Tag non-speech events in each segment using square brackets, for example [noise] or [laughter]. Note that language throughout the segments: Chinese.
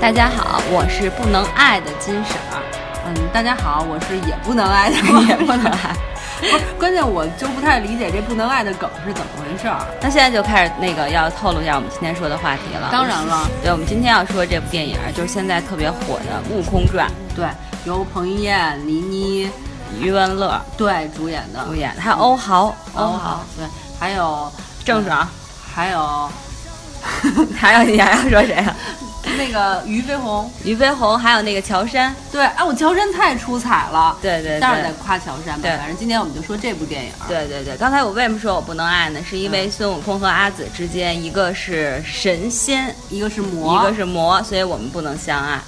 大家好，我是不能爱的金婶儿。 [laughs] 嗯，大家好，我是也不能爱的 [laughs] 也不能爱，不是关键我就不太理解这不能爱的梗是怎么回事儿。那现在就开始那个要透露一下我们今天说的话题了。当然了，对，我们今天要说这部电影儿就是现在特别火的《悟空传对，由彭于晏、倪妮》，余文乐对主演的，主演，还有欧豪、哦好，对，还有郑爽，还有 [laughs] 还有你还要说谁啊？那个俞飞鸿，俞飞鸿，还有那个乔杉，对，哎、我乔杉太出彩了，对对对但是得夸乔杉吧对，反正今天我们就说这部电影，对对对，刚才我为什么说我不能爱呢？是因为孙悟空和阿紫之间，一个是神仙，一个是魔，一个是魔，所以我们不能相爱。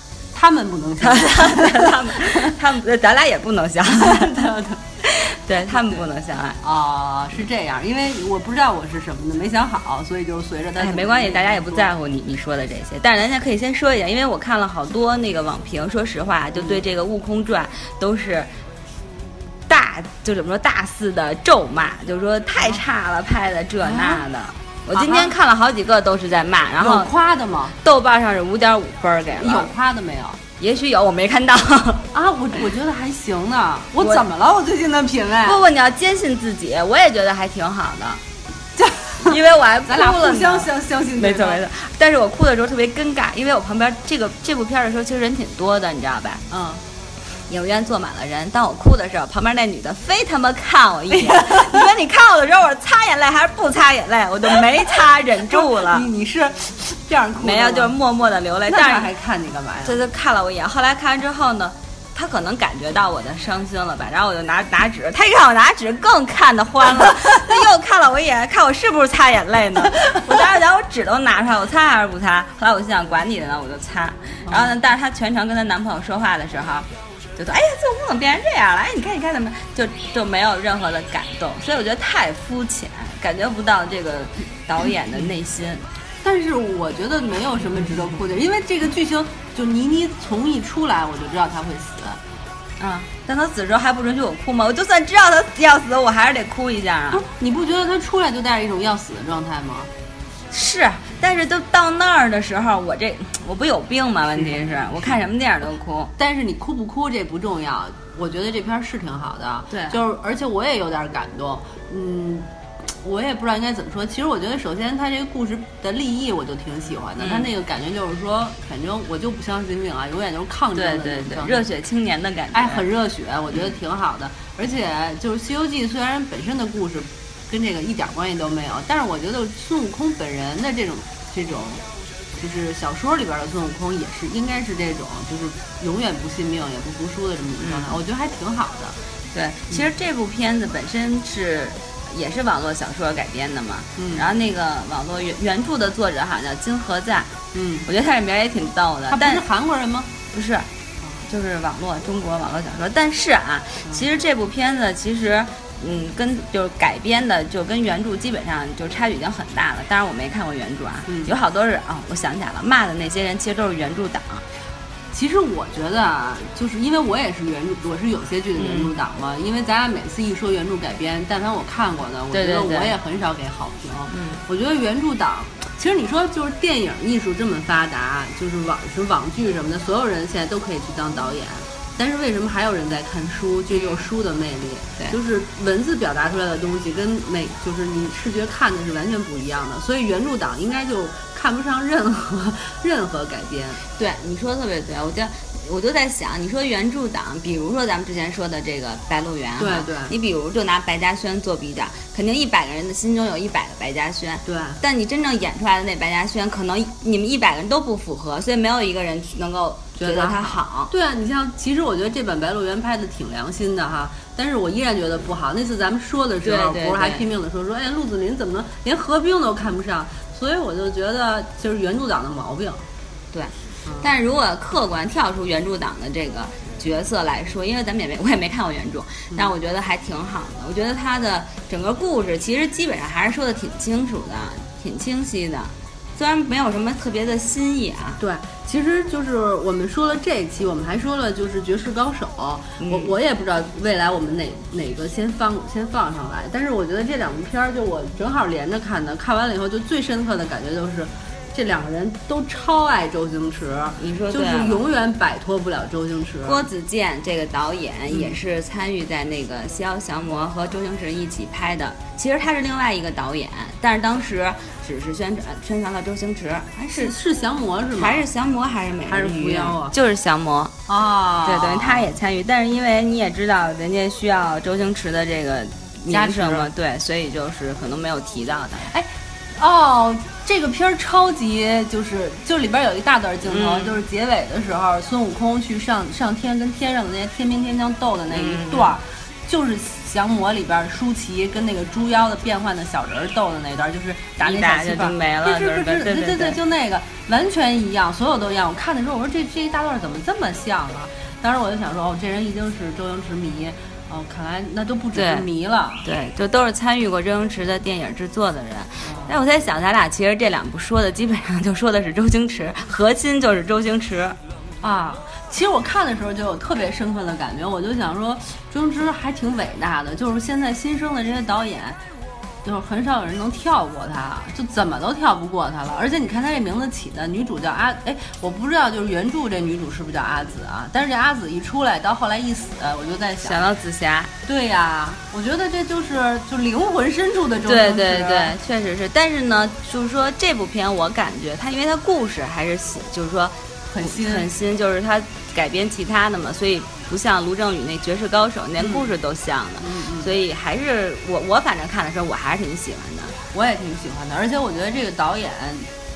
他们不能相他爱， [laughs] 们他们他们，呃咱俩也不能相爱。对他们不能相爱。啊、是这样，因为我不知道我是什么的，没想好，所以就随着他、哎，没关系，大家也不在乎你你说的这些，但是咱家可以先说一下，因为我看了好多那个网评，说实话，就对这个《悟空传》都是大就怎么说大肆的咒骂，就是说太差了，拍的这那的。我今天看了好几个都是在骂，然啊有后夸的吗？豆瓣上是五点五分儿给有了，夸的没有？也许有我没看到。啊，我我觉得还行呢。我哦我怎么了？我最近的品味，不不，你要坚信自己，我也觉得还挺好的， [laughs] 这因为我还哭咱俩了互相呢。相相信没对错方没错，但是我哭的时候特别尴尬，因为我旁边这个这部片儿的时候其实人挺多的，你知道吧？嗯，影院坐满了人，当我哭的时候，旁边那女的非他妈看我一眼。你说你看我的时候，我是擦眼泪还是不擦眼泪？我就没擦，忍住了 [laughs] 你，你是这样哭的吗？没有，就是默默的流泪。那他但是还看你干嘛呀？这就看了我一眼，后来看完之后呢，他可能感觉到我的伤心了吧，然后我就拿拿纸，他一看我拿纸，更看得欢了，他又看了我一眼，看我是不是擦眼泪呢？我当时想我纸都拿出来，我擦还是不擦？后来我心想管你的呢，我就擦。然后呢，但是她全程跟她男朋友说话的时候。就说哎呀，孙悟空怎么变成这样了？哎，你看，你看怎么就就没有任何的感动，所以我觉得太肤浅，感觉不到这个导演的内心。但是我觉得没有什么值得哭的，因为这个剧情就倪妮从一出来我就知道她会死。啊！但他死的时候还不准许我哭吗？我就算知道他要死，我还是得哭一下啊不。是，你不觉得她出来就带着一种要死的状态吗？是，但是就到那儿的时候，我这我不有病吗？问题是我看什么电影都哭。但是你哭不哭这不重要，我觉得这片儿是挺好的。对就是而且我也有点感动，嗯。我也不知道应该怎么说。其实我觉得，首先他这个故事的立意我就挺喜欢的。嗯他那个感觉就是说，反正我就不相信命啊，永远都是抗争对的那对种对状，态热血青年的感觉。哎，很热血，我觉得挺好的。而且就是《西游记》，虽然本身的故事跟这个一点关系都没有，但是我觉得孙悟空本人的这种这种，就是小说里边的孙悟空也是应该是这种，就是永远不信命也不服输的这么一个状态，我觉得还挺好的。对，其实这部片子本身是。也是网络小说改编的嘛，嗯然后那个网络原原著的作者好像叫金河在，嗯，我觉得他这名儿也挺逗的啊他，不但是韩国人吗？不是，就是网络中国网络小说。但是啊，其实这部片子其实，嗯，跟就是改编的就跟原著基本上就差距已经很大了。当然我没看过原著啊，嗯有好多是啊、我想起来了，骂的那些人其实都是原著党。其实我觉得啊，就是因为我也是原著，我是有些剧的原著党嘛。嗯因为咱俩每次一说原著改编，但凡我看过的，我对觉得对对我也很少给好评。嗯，我觉得原著党，其实你说就是电影艺术这么发达，就是网是网剧什么的，所有人现在都可以去当导演。但是为什么还有人在看书？这就是书的魅力，对就是文字表达出来的东西跟美，就是你视觉看的是完全不一样的。所以原著党应该就看不上任何 [laughs] 任何改编。对，你说的特别对，我就我就在想，你说原著党，比如说咱们之前说的这个《白鹿原》哈，对对你比如就拿白嘉轩做比较，肯定一百个人的心中有一百个白嘉轩，对。但你真正演出来的那白嘉轩，可能你们一百个人都不符合，所以没有一个人能够觉得他好。对啊，你像其实我觉得这版《白鹿原》拍的挺良心的哈，但是我依然觉得不好。那次咱们说的时候，对对不是还对拼命的说说，哎，陆子霖怎么能连合并都看不上？所以我就觉得就是原著党的毛病。对，但是如果客观跳出原著党的这个角色来说，因为咱们也没我也没看过原著，嗯但我觉得还挺好的。我觉得他的整个故事其实基本上还是说的挺清楚的，挺清晰的，虽然没有什么特别的新意啊。对，其实就是我们说了这一期，我们还说了就是《绝世高手》嗯我我也不知道未来我们哪哪个先放先放上来，但是我觉得这两部片儿就我正好连着看的，看完了以后就最深刻的感觉就是。这两个人都超爱周星驰，你说就对啊了是永远摆脱不了周星驰。郭子健这个导演嗯也是参与在那个《西游降魔》和周星驰一起拍的。其实他是另外一个导演，但是当时只是宣传宣传了周星驰，还是是是降魔是吗？还是降魔还是美还是人狐鱼妖啊就是降魔。啊？对，等于他也参与，但是因为你也知道，人家需要周星驰的这个加名持声嘛，对，所以就是可能没有提到他。哦，这个片儿超级就是，就里边有一大段镜头，嗯就是结尾的时候，孙悟空去上上天跟天上的那些天兵天将斗的那一段嗯儿，就是降魔里边舒淇跟那个猪妖的变换的小人儿斗的那一段儿，就是打那一打小媳妇就儿，就没了吱吱吱吱就是对对对对就那个完全一样，所有都一样。我看的时候，我说这这一大段儿怎么这么像啊？当时我就想说，哦，这人一定是周星驰迷，哦，看来那都不只是对迷了。对，就都是参与过周星驰的电影制作的人。哦但我在想，咱俩其实这两部说的基本上就说的是周星驰，核心就是周星驰。啊，其实我看的时候就有特别深刻的感觉，我就想说，周星驰还挺伟大的，就是现在新生的这些导演，就是很少有人能跳过他，就怎么都跳不过他了。而且你看他这名字起的，女主叫阿，哎，我不知道就是原著这女主是不是叫阿紫啊？但是这阿紫一出来，到后来一死，我就在想，想到紫霞，对呀、我觉得这就是就灵魂深处的周星对驰，对对，确实是。但是呢，就是说这部片，我感觉它因为它故事还是喜，就是说很新，很新，就是它改编其他的嘛，所以不像卢正雨那《绝世高手》连故事都像的，嗯嗯。所以还是我我反正看的时候我还是挺喜欢的。我也挺喜欢的，而且我觉得这个导演，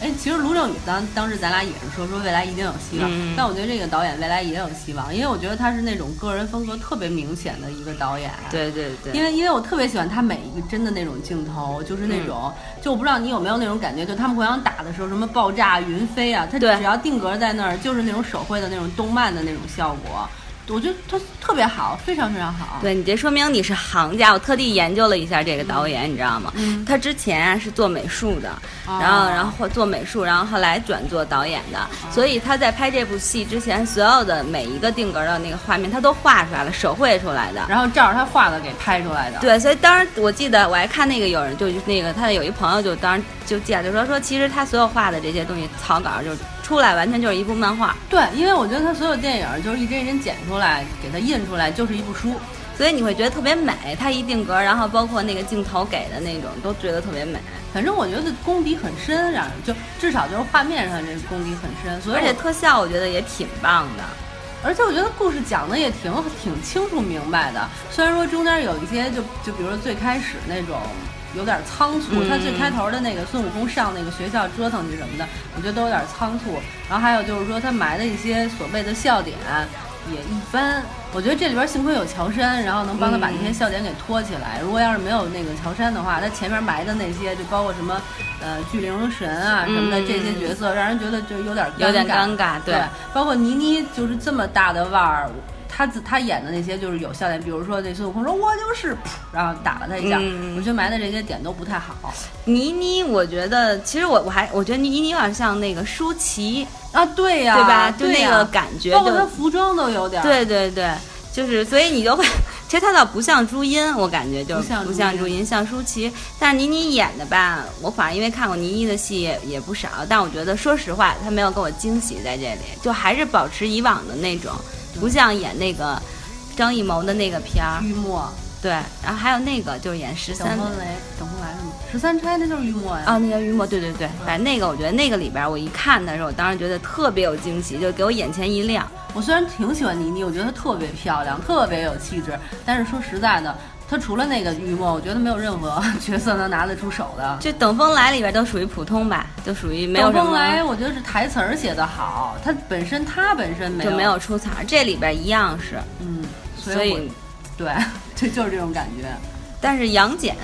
哎，其实卢正雨当当时咱俩也是说说未来一定有希望，嗯但我觉得这个导演未来也有希望，因为我觉得他是那种个人风格特别明显的一个导演。。对对对，因为因为我特别喜欢他每一个真的那种镜头，就是那种、嗯就我不知道你有没有那种感觉，就他们互相打的时候，什么爆炸、云飞啊，他对只要定格在那儿，就是那种手绘的那种动漫的那种效果，我觉得他特别好，非常非常好。对你这说明你是行家，我特地研究了一下这个导演，你知道吗？嗯他之前啊是做美术的，哦然后然后做美术，然后后来转做导演的，所以他在拍这部戏之前，所有的每一个定格的那个画面，他都画出来了，手绘出来的。然后照着他画的给拍出来的。对，所以当时我记得我还看那个有人就那个他的有一朋友就当时就记啊，就说说其实他所有画的这些东西草稿就出来完全就是一部漫画，对，因为我觉得他所有电影就是一帧一帧剪出来，给它印出来就是一部书。所以你会觉得特别美。他一定格，然后包括那个镜头给的那种，都觉得特别美。反正我觉得功底很深，让人就至少就是画面上这功底很深，所以而且我特效我觉得也挺棒的，而且我觉得故事讲的也挺挺清楚明白的。虽然说中间有一些就就比如说最开始那种有点仓促，嗯他最开头的那个孙悟空上那个学校折腾去什么的，我觉得都有点仓促。然后还有就是说他埋的一些所谓的笑点也一般。我觉得这里边幸亏有乔杉，然后能帮他把嗯这些笑点给托起来。如果要是没有那个乔杉的话，他前面埋的那些就包括什么呃巨灵神啊什么的、嗯这些角色，让人觉得就有点有点尴尴尬，对对，包括倪妮就是这么大的腕儿，她自她演的那些就是有笑点，比如说那孙悟空说“我就是”，噗然后打了他一下，嗯我觉得埋的这些点都不太好倪妮，我觉得其实我我还我觉得倪妮有点像那个舒淇，啊，对呀、对吧？就对那呀个感觉包括她就，服装都有点儿对对对，就是所以你就会，其实她倒不像朱茵，我感觉就不像不朱像茵朱茵，像舒淇。但是倪妮演的吧，我反正因为看过倪妮的戏也也不少，但我觉得说实话，她没有给我惊喜在这里，就还是保持以往的那种，不像演那个张艺谋的那个片儿。玉墨、对，然后还有那个就是演十等三风雷、等风来什么，十三钗那就是玉墨呀。啊，那叫玉墨，对对对，反正那个我觉得那个里边儿我一看的时候，我当时觉得特别有惊喜，就给我眼前一亮。我虽然挺喜欢倪妮，我觉得她特别漂亮，特别有气质，但是说实在的，她除了那个玉墨，我觉得没有任何角色能拿得出手的。就《等风来》里边都属于普通吧，就属于没有等什风来，么，我觉得是台词儿写得好，她本身她本身没就有没有出彩。这里边一样是，嗯，所所以我以对，这就是这种感觉。但是杨戬、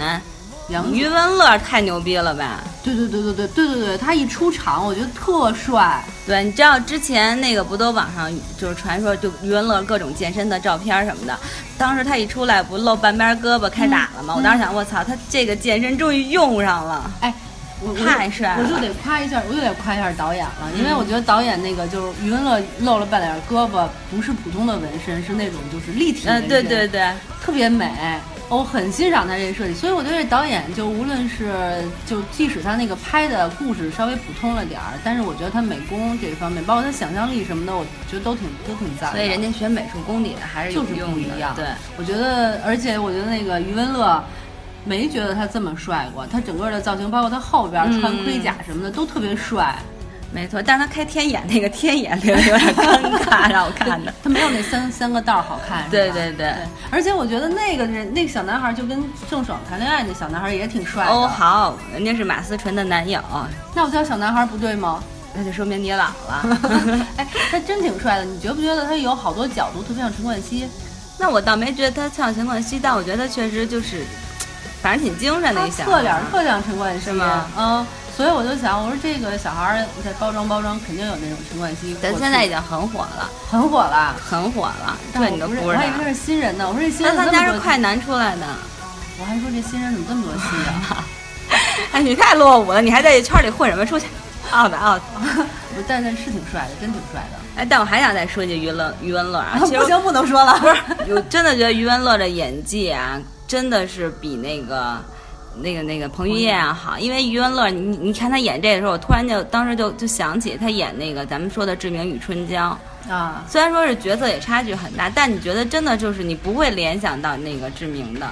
杨余文乐太牛逼了吧？对对对对对对对对，他一出场我觉得特帅，对，你知道之前那个不都网上就是传说，就余文乐各种健身的照片什么的，当时他一出来不露半边胳膊开打了吗？嗯我当时想，我操，他这个健身终于用上了，哎。我我就太帅了我就得夸一下，我就得夸一下导演了，因为我觉得导演那个就是余文乐露了半脸胳膊，不是普通的纹身，是那种就是立体纹嗯、身，对对，对。特别美。我很欣赏他这个设计，所以我对这导演就无论是就即使他那个拍的故事稍微普通了点儿，但是我觉得他美工这方面，包括他想象力什么的，我觉得都挺都挺赞的。所以人家学美术功底的还是有就是用不的一样。对，我觉得，而且我觉得那个余文乐。没觉得他这么帅过，他整个的造型，包括他后边嗯穿盔甲什么的，都特别帅。没错。但是他开天眼那个天眼令人有点尴尬，让我看的。他没有那三三个道儿好看。是吧对对对 [laughs] 对，而且我觉得那个人，那个小男孩就跟郑爽谈恋爱那小男孩也挺帅的。哦，好，人家是马思纯的男友，那我叫小男孩不对吗？ [laughs] 那就说明你老了。 [laughs] 哎，他真挺帅的，你觉不觉得他有好多角度特别像陈冠希？那我倒没觉得他像陈冠希，但我觉得确实就是，反正挺精神的他一小孩。侧脸特像陈冠希，啊是吗？嗯，所以我就想，我说这个小孩儿再包装包装，肯定有那种陈冠希过去。咱现在已经很火了，很火了，很火了，但这我你都不不是知我道还以。为他是新人呢。我说这新那人怎他么家这是么多快男出来的， [laughs] 我还说这新人怎么这么多戏啊？ [laughs] 哎，你太落伍了，你还在这圈里混什么？出去，out [laughs] out。不，但但是挺帅的，真挺帅的。哎，但我还想再说一句余文余文乐啊，其实 [laughs] 不行，不能说了。不是，我真的觉得余文乐的演技啊，真的是比那个。那个那个彭于晏啊好，因为余文乐，你你看他演这个时候，我突然就当时就就想起他演那个咱们说的《志明与春娇》， [laughs] 啊，虽然说是角色也差距很大，但你觉得真的就是你不会联想到那个志明的，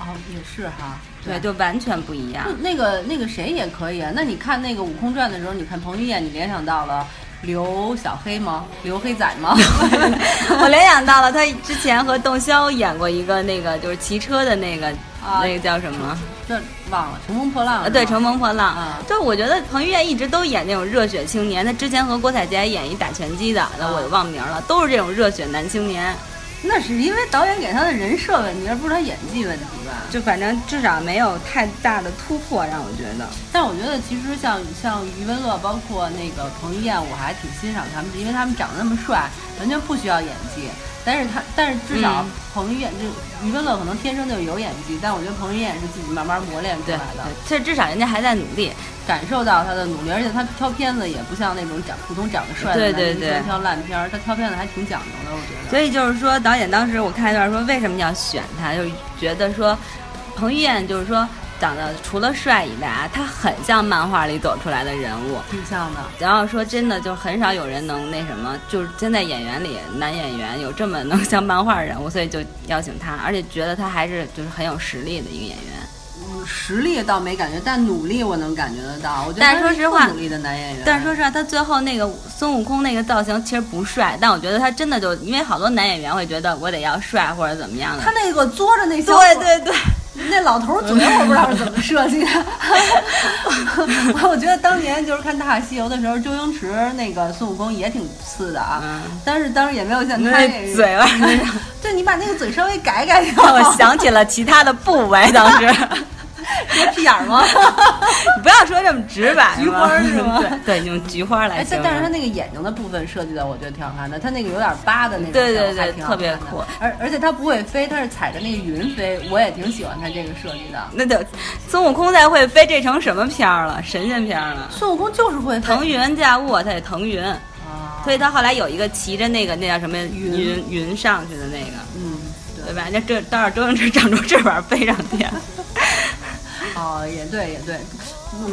哦，也是哈，对，就完全不 [laughs] 一样那。那个那个谁也可以啊。那你看那个《悟空传》的时候，你看彭于晏，你联想到了刘小黑吗？刘黑仔吗？ [laughs] 我 [laughs] 联想到了他之前和窦骁演过一个那个就是骑车的那个、啊那个叫什么？这忘了，《乘风破浪》啊，对，《是吗乘风破浪》啊就是我觉得彭于晏一直都演那种热血青年，他之前和郭采洁演一打拳击的，那我就忘名了，都是这种热血男青年。那是因为导演给他的人设问题，而不是他演技问题吧？就反正至少没有太大的突破，让我觉得。但我觉得其实像像余文乐，包括那个彭于晏，我还挺欣赏他们，因为他们长得那么帅，完全不需要演技。但是他，但是至少嗯彭于晏，就余文乐可能天生就有演技，但我觉得彭于晏是自己慢慢磨练出对，来对的，这至少人家还在努力。感受到他的努力，而且他挑片子也不像那种长普通长得帅的对男对明星对挑烂片儿，他挑片子还挺讲究的，我觉得。所以就是说，导演当时我看一段说为什么要选他，就是觉得说，彭于晏就是说长得除了帅以外啊，他很像漫画里走出来的人物。挺像的，然后说真的，就很少有人能那什么，就是现在演员里男演员有这么能 [laughs] 像漫画人物，所以就邀请他，而且觉得他还是就是很有实力的一个演员。嗯，实力倒没感觉，但努力我能感觉得到。我觉得但他是说是实特话努力的男演员。但是说实话，他最后那个孙悟空那个造型其实不帅，但我觉得他真的就因为好多男演员会觉得我得要帅或者怎么样的他。那个嘬着那小对嘴对对，那老头儿嘴我不知道是怎么设计的， [laughs] 我觉得当年就是看《大话西游》的时候，周星驰那个孙悟空也挺次的啊，嗯，但是当时也没有像他那这个嘴巴。 [laughs] 对你把那个嘴稍微改改就让我想起了其他的部位。当时 [laughs] 别屁眼儿吗？你不要说这么直白，菊花儿是吗 [laughs] 对，对，用菊花来哎，形但容。但是他那个眼睛的部分设计的，我觉得挺好看的，他那个有点疤的那种，对对还对挺好看的特别酷。而而且他不会飞，他是踩着那个云飞，我也挺喜欢他这个设计的。那得孙悟空再会飞，这成什么片儿了？神仙片儿了。孙悟空就是会飞腾云驾雾，他得腾云，啊，所以他后来有一个骑着那个那叫什么云云云上去的那个，嗯，对对吧？那这到时候周星驰长出翅膀飞上天， [laughs] 哦，也对，也对，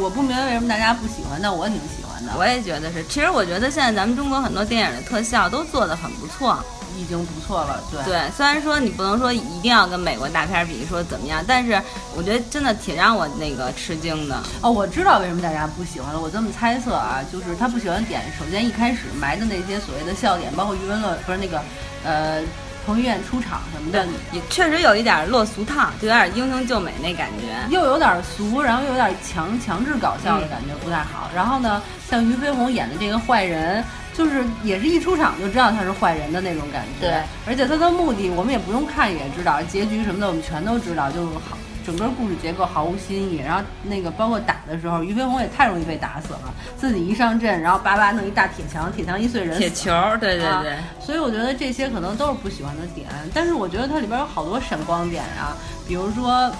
我不明白为什么大家不喜欢，但我挺喜欢的，我也觉得是。其实我觉得现在咱们中国很多电影的特效都做得很不错，已经不错了。对，对，虽然说你不能说一定要跟美国大片儿比说怎么样，但是我觉得真的挺让我那个吃惊的。哦，我知道为什么大家不喜欢了。我这么猜测啊，就是他不喜欢的点，首先一开始埋的那些所谓的笑点，包括余文乐不是那个，呃，彭于晏出场什么的，也确实有一点儿落俗套，就有点儿英雄救美那感觉。又有点俗，然后又有点强强制搞笑的嗯感觉，不太好。然后呢，像俞飞鸿演的这个坏人，就是也是一出场就知道他是坏人的那种感觉。对，而且他的目的我们也不用看也知道，结局什么的我们全都知道，就是好。整个故事结构毫无新意，然后那个包括打的时候，俞飞鸿也太容易被打死了，自己一上阵，然后叭叭弄一大铁墙，铁墙一碎人死铁球儿，对对啊对，所以我觉得这些可能都是不喜欢的点，但是我觉得它里边有好多闪光点啊，比如说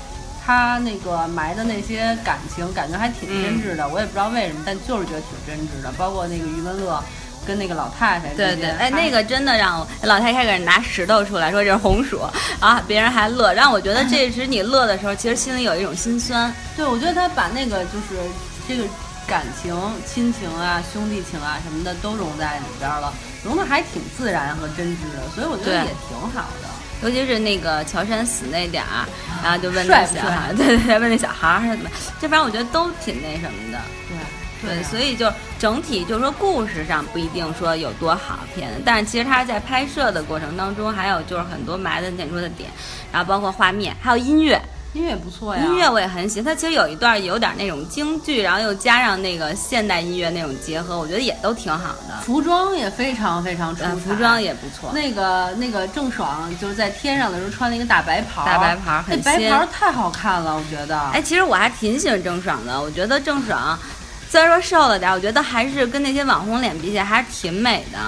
他那个埋的那些嗯感情，感觉还挺真挚的，我也不知道为什么，但就是觉得挺真挚的。包括那个余文乐跟那个老太太之对间，对，哎，她那个真的让我老太太给人拿石头出来说这是红薯啊，别人还乐，让我觉得啊这时你乐的时候，其实心里有一种心酸。对，我觉得他把那个就是这个感情、亲情啊、兄弟情啊什么的都融在里边儿了，融的还挺自然和真挚的，所以我觉得对也挺好的。尤其是那个乔杉死那点儿，然后就问啊帅那不小帅孩， [laughs] 对对对，问那小孩儿怎么，这反正我觉得都挺那什么的。对啊对，所以以就整体就是说故事上不一定说有多好片子，但是其实它在拍摄的过程当中，还有就是很多埋的点出的点，然后包括画面，还有音乐，音乐也不错呀，音乐我也很喜欢。它其实有一段有点那种京剧，然后又加上那个现代音乐那种结合，我觉得也都挺好的。服装也非常非常出彩，嗯，服装也不错。那个那个郑爽就是在天上的时候穿了一个大白袍，大白袍那很白仙袍太好看了，我觉得。哎，其实我还挺喜欢郑爽的，我觉得郑爽虽然说瘦了点儿，我觉得还是跟那些网红脸比起来还是挺美的。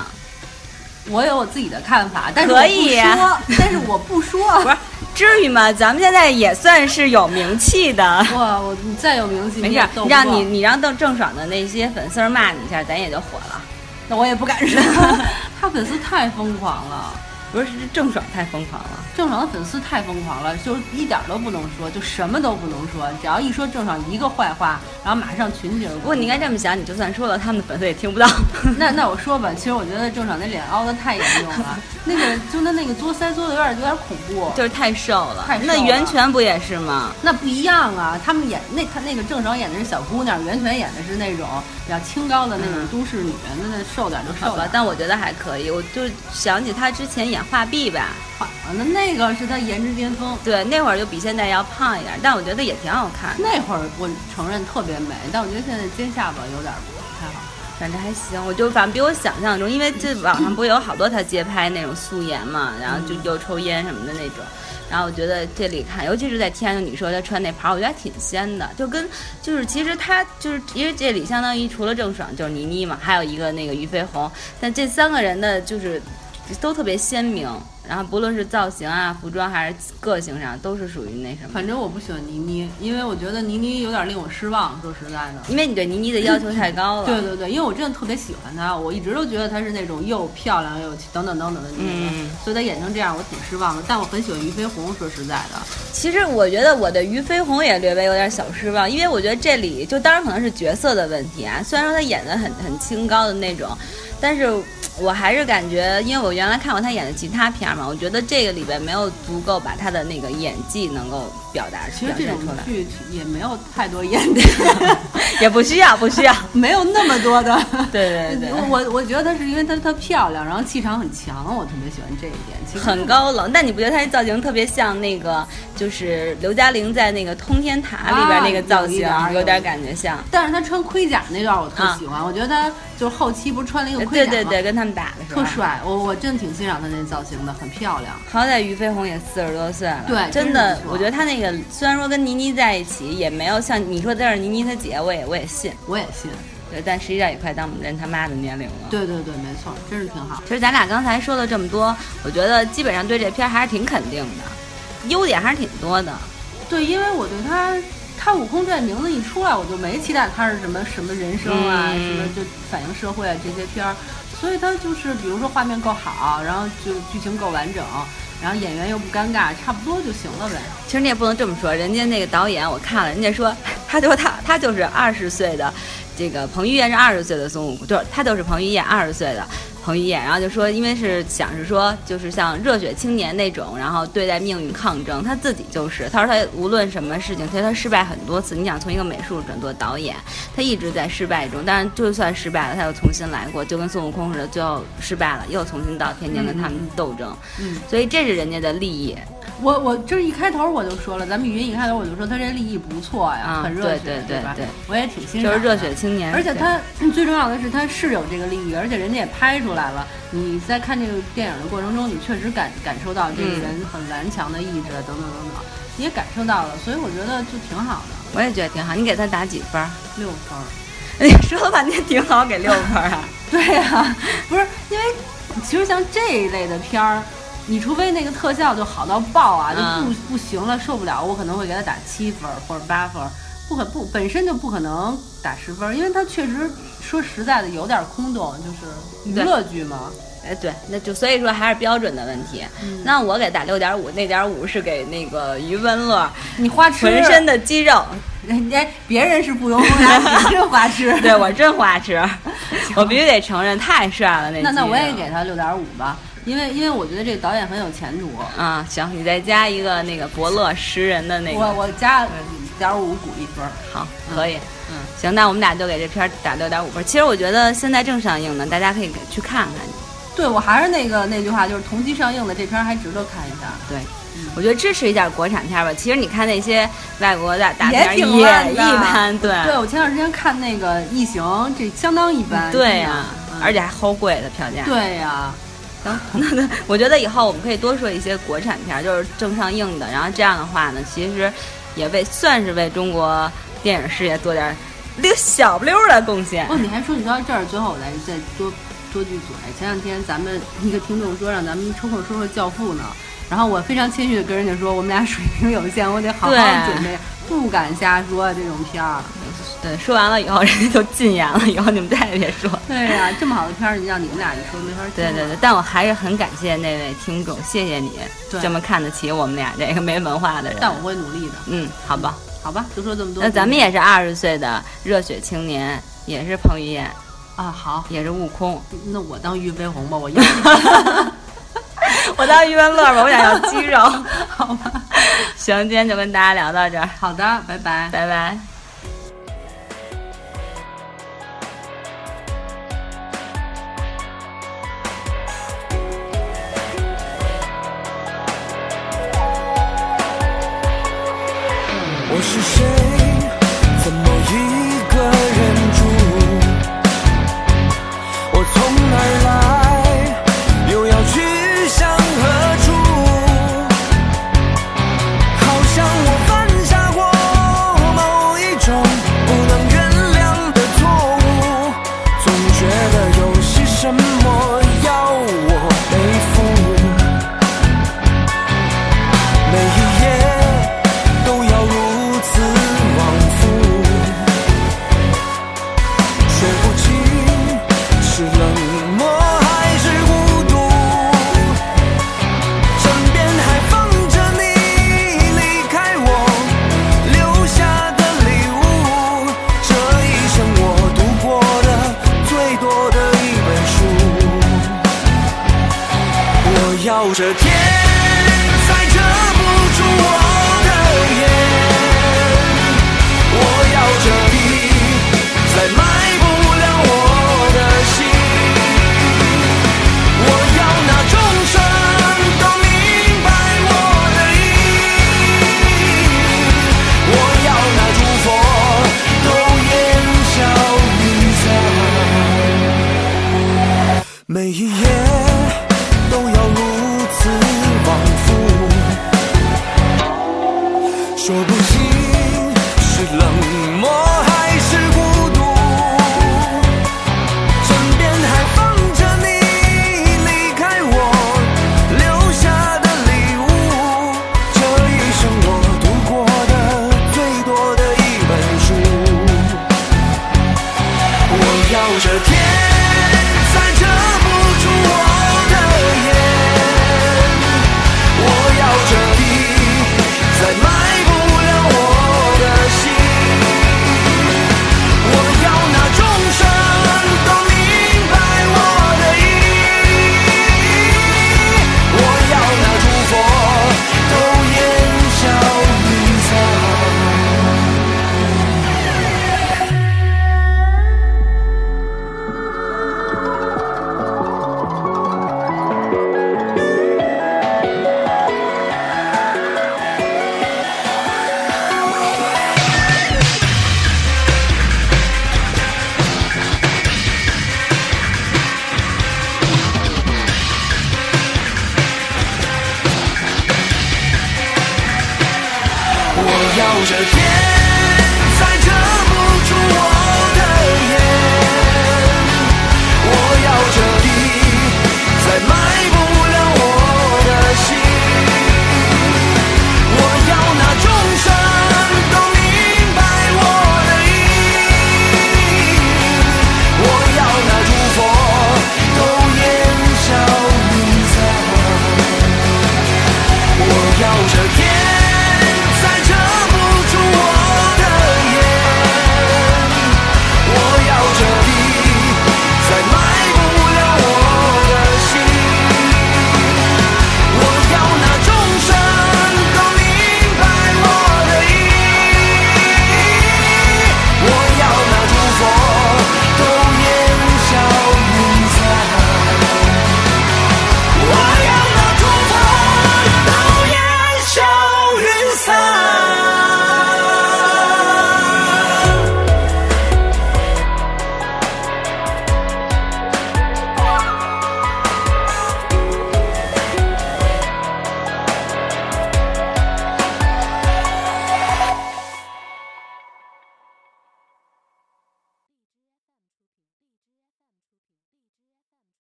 我有我自己的看法，但是可我以不说，但是我不 [laughs] 说。不是，至于吗？咱们现在也算是有名气的。哇，我你再有名气，没 [laughs] 你事也儿斗，不让过你你让郑郑爽的那些粉丝儿骂你一下，咱也就火了。那我也不敢 [laughs] 说， [laughs] 他粉丝太疯狂了，不是是郑爽太疯狂了，郑爽的粉丝太疯狂了，就是一点儿都不能说，就什么都不能说，只要一说郑爽一个坏话，然后马上群起而不攻。过你应该这么想，你就算说了，他们的粉丝也听不到。那那我说吧，其实我觉得郑爽那脸凹的太严重了，那个就那那个作腮作的有点有点恐怖，就是太瘦了，太瘦那了袁泉不也是吗？那不一样啊。他们演那他那个郑爽演的是小姑娘，袁泉演的是那种比较清高的那种嗯都市女，那那瘦点儿就好瘦点吧儿，。但我觉得还可以。我就想起她之前演画壁吧，好那那个是她颜值巅峰。对，那会儿就比现在要胖一点，但我觉得也挺好看的，那会儿我承认特别美，但我觉得现在尖下巴有点不太好。反正还行。我就反正比我想象中，因为这网上不有好多她街拍那种素颜嘛，然后就又抽烟什么的那种。然后我觉得这里看，尤其是在天安门，你说她穿那袍，我觉得还挺仙的，就跟就是其实她就是因为这里相当于除了郑爽就是倪妮嘛，还有一个那个俞飞鸿，但这三个人的就是都特别鲜明，然后不论是造型啊、服装还是个性上，都是属于那什么。反正我不喜欢倪妮，因为我觉得倪妮有点令我失望。说实在的，因为你对倪妮的要求太高了，对对对，因为我真的特别喜欢她，我一直都觉得她是那种又漂亮又等等等等的女人，嗯所以她演成这样我挺失望的。但我很喜欢俞飞鸿，说实在的，其实我觉得我对俞飞鸿也略微有点小失望，因为我觉得这里就当然可能是角色的问题啊。虽然说他演的很很清高的那种，但是我还是感觉，因为我原来看过他演的其他片儿嘛，我觉得这个里边没有足够把他的那个演技能够表达其表实这现种出来，剧也没有太多演技，也不需要，不需要。 [laughs] 没有那么多的。对 [laughs] 对 [laughs] 对我我我觉得她是因为她她漂亮，然后气场很强，我特别喜欢这一点。其实很高冷，但你不觉得他这造型特别像那个，就是刘嘉玲在那个《通天塔》里边那个造型，啊有一点儿有点感觉像。但是他穿盔甲那段我特喜欢，我觉得他就是后期不是穿了一个盔对甲吗？啊对对，跟他们打的时候啊特。帅，我我真挺欣赏他那造型的，很漂亮。好歹俞飞鸿也四十多岁了，对真真是不错我觉得他那个虽然说跟倪妮在一起，也没有像你说的是倪妮她姐，我也我也信，我也信。对，但实际上也快当我们人他妈的年龄了。对对对，没错，真是挺好。其实咱俩刚才说了这么多，我觉得基本上对这片儿还是挺肯定的，优点还是挺多的。对，因为我对他，他《悟空》这名字一出来，我就没期待他是什么什么人生啊，嗯什么就反映社会啊这些片儿。所以他就是，比如说画面够好，然后就剧情够完整，然后演员又不尴尬，差不多就行了呗。其实你也不能这么说，人家那个导演我看了，人家说 [laughs] 他就说他他就是二十岁的，这个彭于晏是二十岁的孙悟空，就是他就是彭于晏二十岁的彭于晏，然后就说因为是想是说就是像热血青年那种，然后对待命运抗争，他自己就是，他说他无论什么事情，其实他失败很多次，你想从一个美术转做导演，他一直在失败中，但是就算失败了，他又重新来过，就跟孙悟空似的，最后失败了又重新到天津跟他们斗争，嗯所以这是人家的利益。我我这一开头我就说了，咱们语音一开头我就说他这立意不错呀，啊很热血，对对吧对对我也挺欣赏，就是热血。青年，而且对他最重要的是，他是有这个利益，而且人家也拍出来了。你在看这个电影的过程中，你确实感感受到这个嗯人很顽强的意志，啊等等等等，你也感受到了，所以我觉得就挺好的，我也觉得挺好，你给他打几分儿？ [laughs] 六分儿。哎，说了半天挺好，给六分儿啊？ [laughs] 对呀、不是因为其实像这一类的片儿，你除非那个特效就好到爆啊，就不、嗯不行了，受不了，我可能会给他打七分儿或者八分儿。不可不本身就不可能打十分，因为它确实说实在的有点空洞，就是娱乐剧嘛。 [laughs] 哎，对，那就所以说还是标准的问题。嗯那我给打六点五，那点五是给那个余文乐你花痴，浑身的肌 [laughs] 肉，人家哎别人是不用功打，你是花痴。 [laughs] 对我真花痴，我必须得承认太帅了那 [laughs] 那那肌我也肉给他六点五吧，因为因为我觉得这个导演很有前途。啊，行，你再加一个那个伯乐识人的那我个，我加点五鼓一分儿，好，可以。嗯，行，那我们俩就给这片儿打六点五分。其实我觉得现在正上映呢，大家可以去看看。对我还是那个那句话，就是同期上映的这片儿还值得看一下。对，我觉得支持一下国产片儿吧。其实你看那些外国的大片儿也也挺烂的一般，对对我前段时间看那个《异形》，这相当一般。对呀、真的而且还齁贵的票价。嗯对呀、行， [laughs] 那我觉得以后我们可以多说一些国产片儿，就是正上映的。然后这样的话呢，其实也为算是为中国电影事业做点儿溜小不溜儿的贡献。哦，你还说你到这儿，最后我再再多多句嘴。前两天咱们一个听众说让咱们抽空说说《教父》呢，然后我非常谦虚的跟人家说，我们俩水平有限，我得好好对准备，不敢瞎说这种片儿。对，说完了以后，人家就禁言了，以后你们再也别说。对哎呀、这么好的片儿，你让你们俩一说没法听。对对对，但我还是很感谢那位听众，谢谢你对这么看得起我们俩这个没文化的人。但我会努力的，嗯，好吧，好吧？就说这么多。那咱们也是二十岁的热血青年，也是彭于晏，啊，好，也是悟 [laughs] 空。那我当俞飞鸿吧，我要。 [laughs] 我当余文乐吧，我想要肌肉。 [laughs] 好吧，行，今天就跟大家聊到这儿，好的，拜拜。拜拜。我是谁？怎么一个人住？我从哪儿来？又要去向何处？好像我犯下过某一种不能原谅的错误，总觉得有些什么要我背负。每一夜都要如此往复，说不清是冷漠还是孤独。枕边还放着你离开我留下的礼物，这一生我读过的最多的一本书。我要这天才遮不住我的眼，我要这地再埋不了我的心，我要那众生都明白我的意，我要那诸佛都烟消云散。每一夜都要如此往复，说不清是冷漠还是孤独，枕边还放着你离开我留下的礼物，这一生我读过的最多的一本书，我要这天。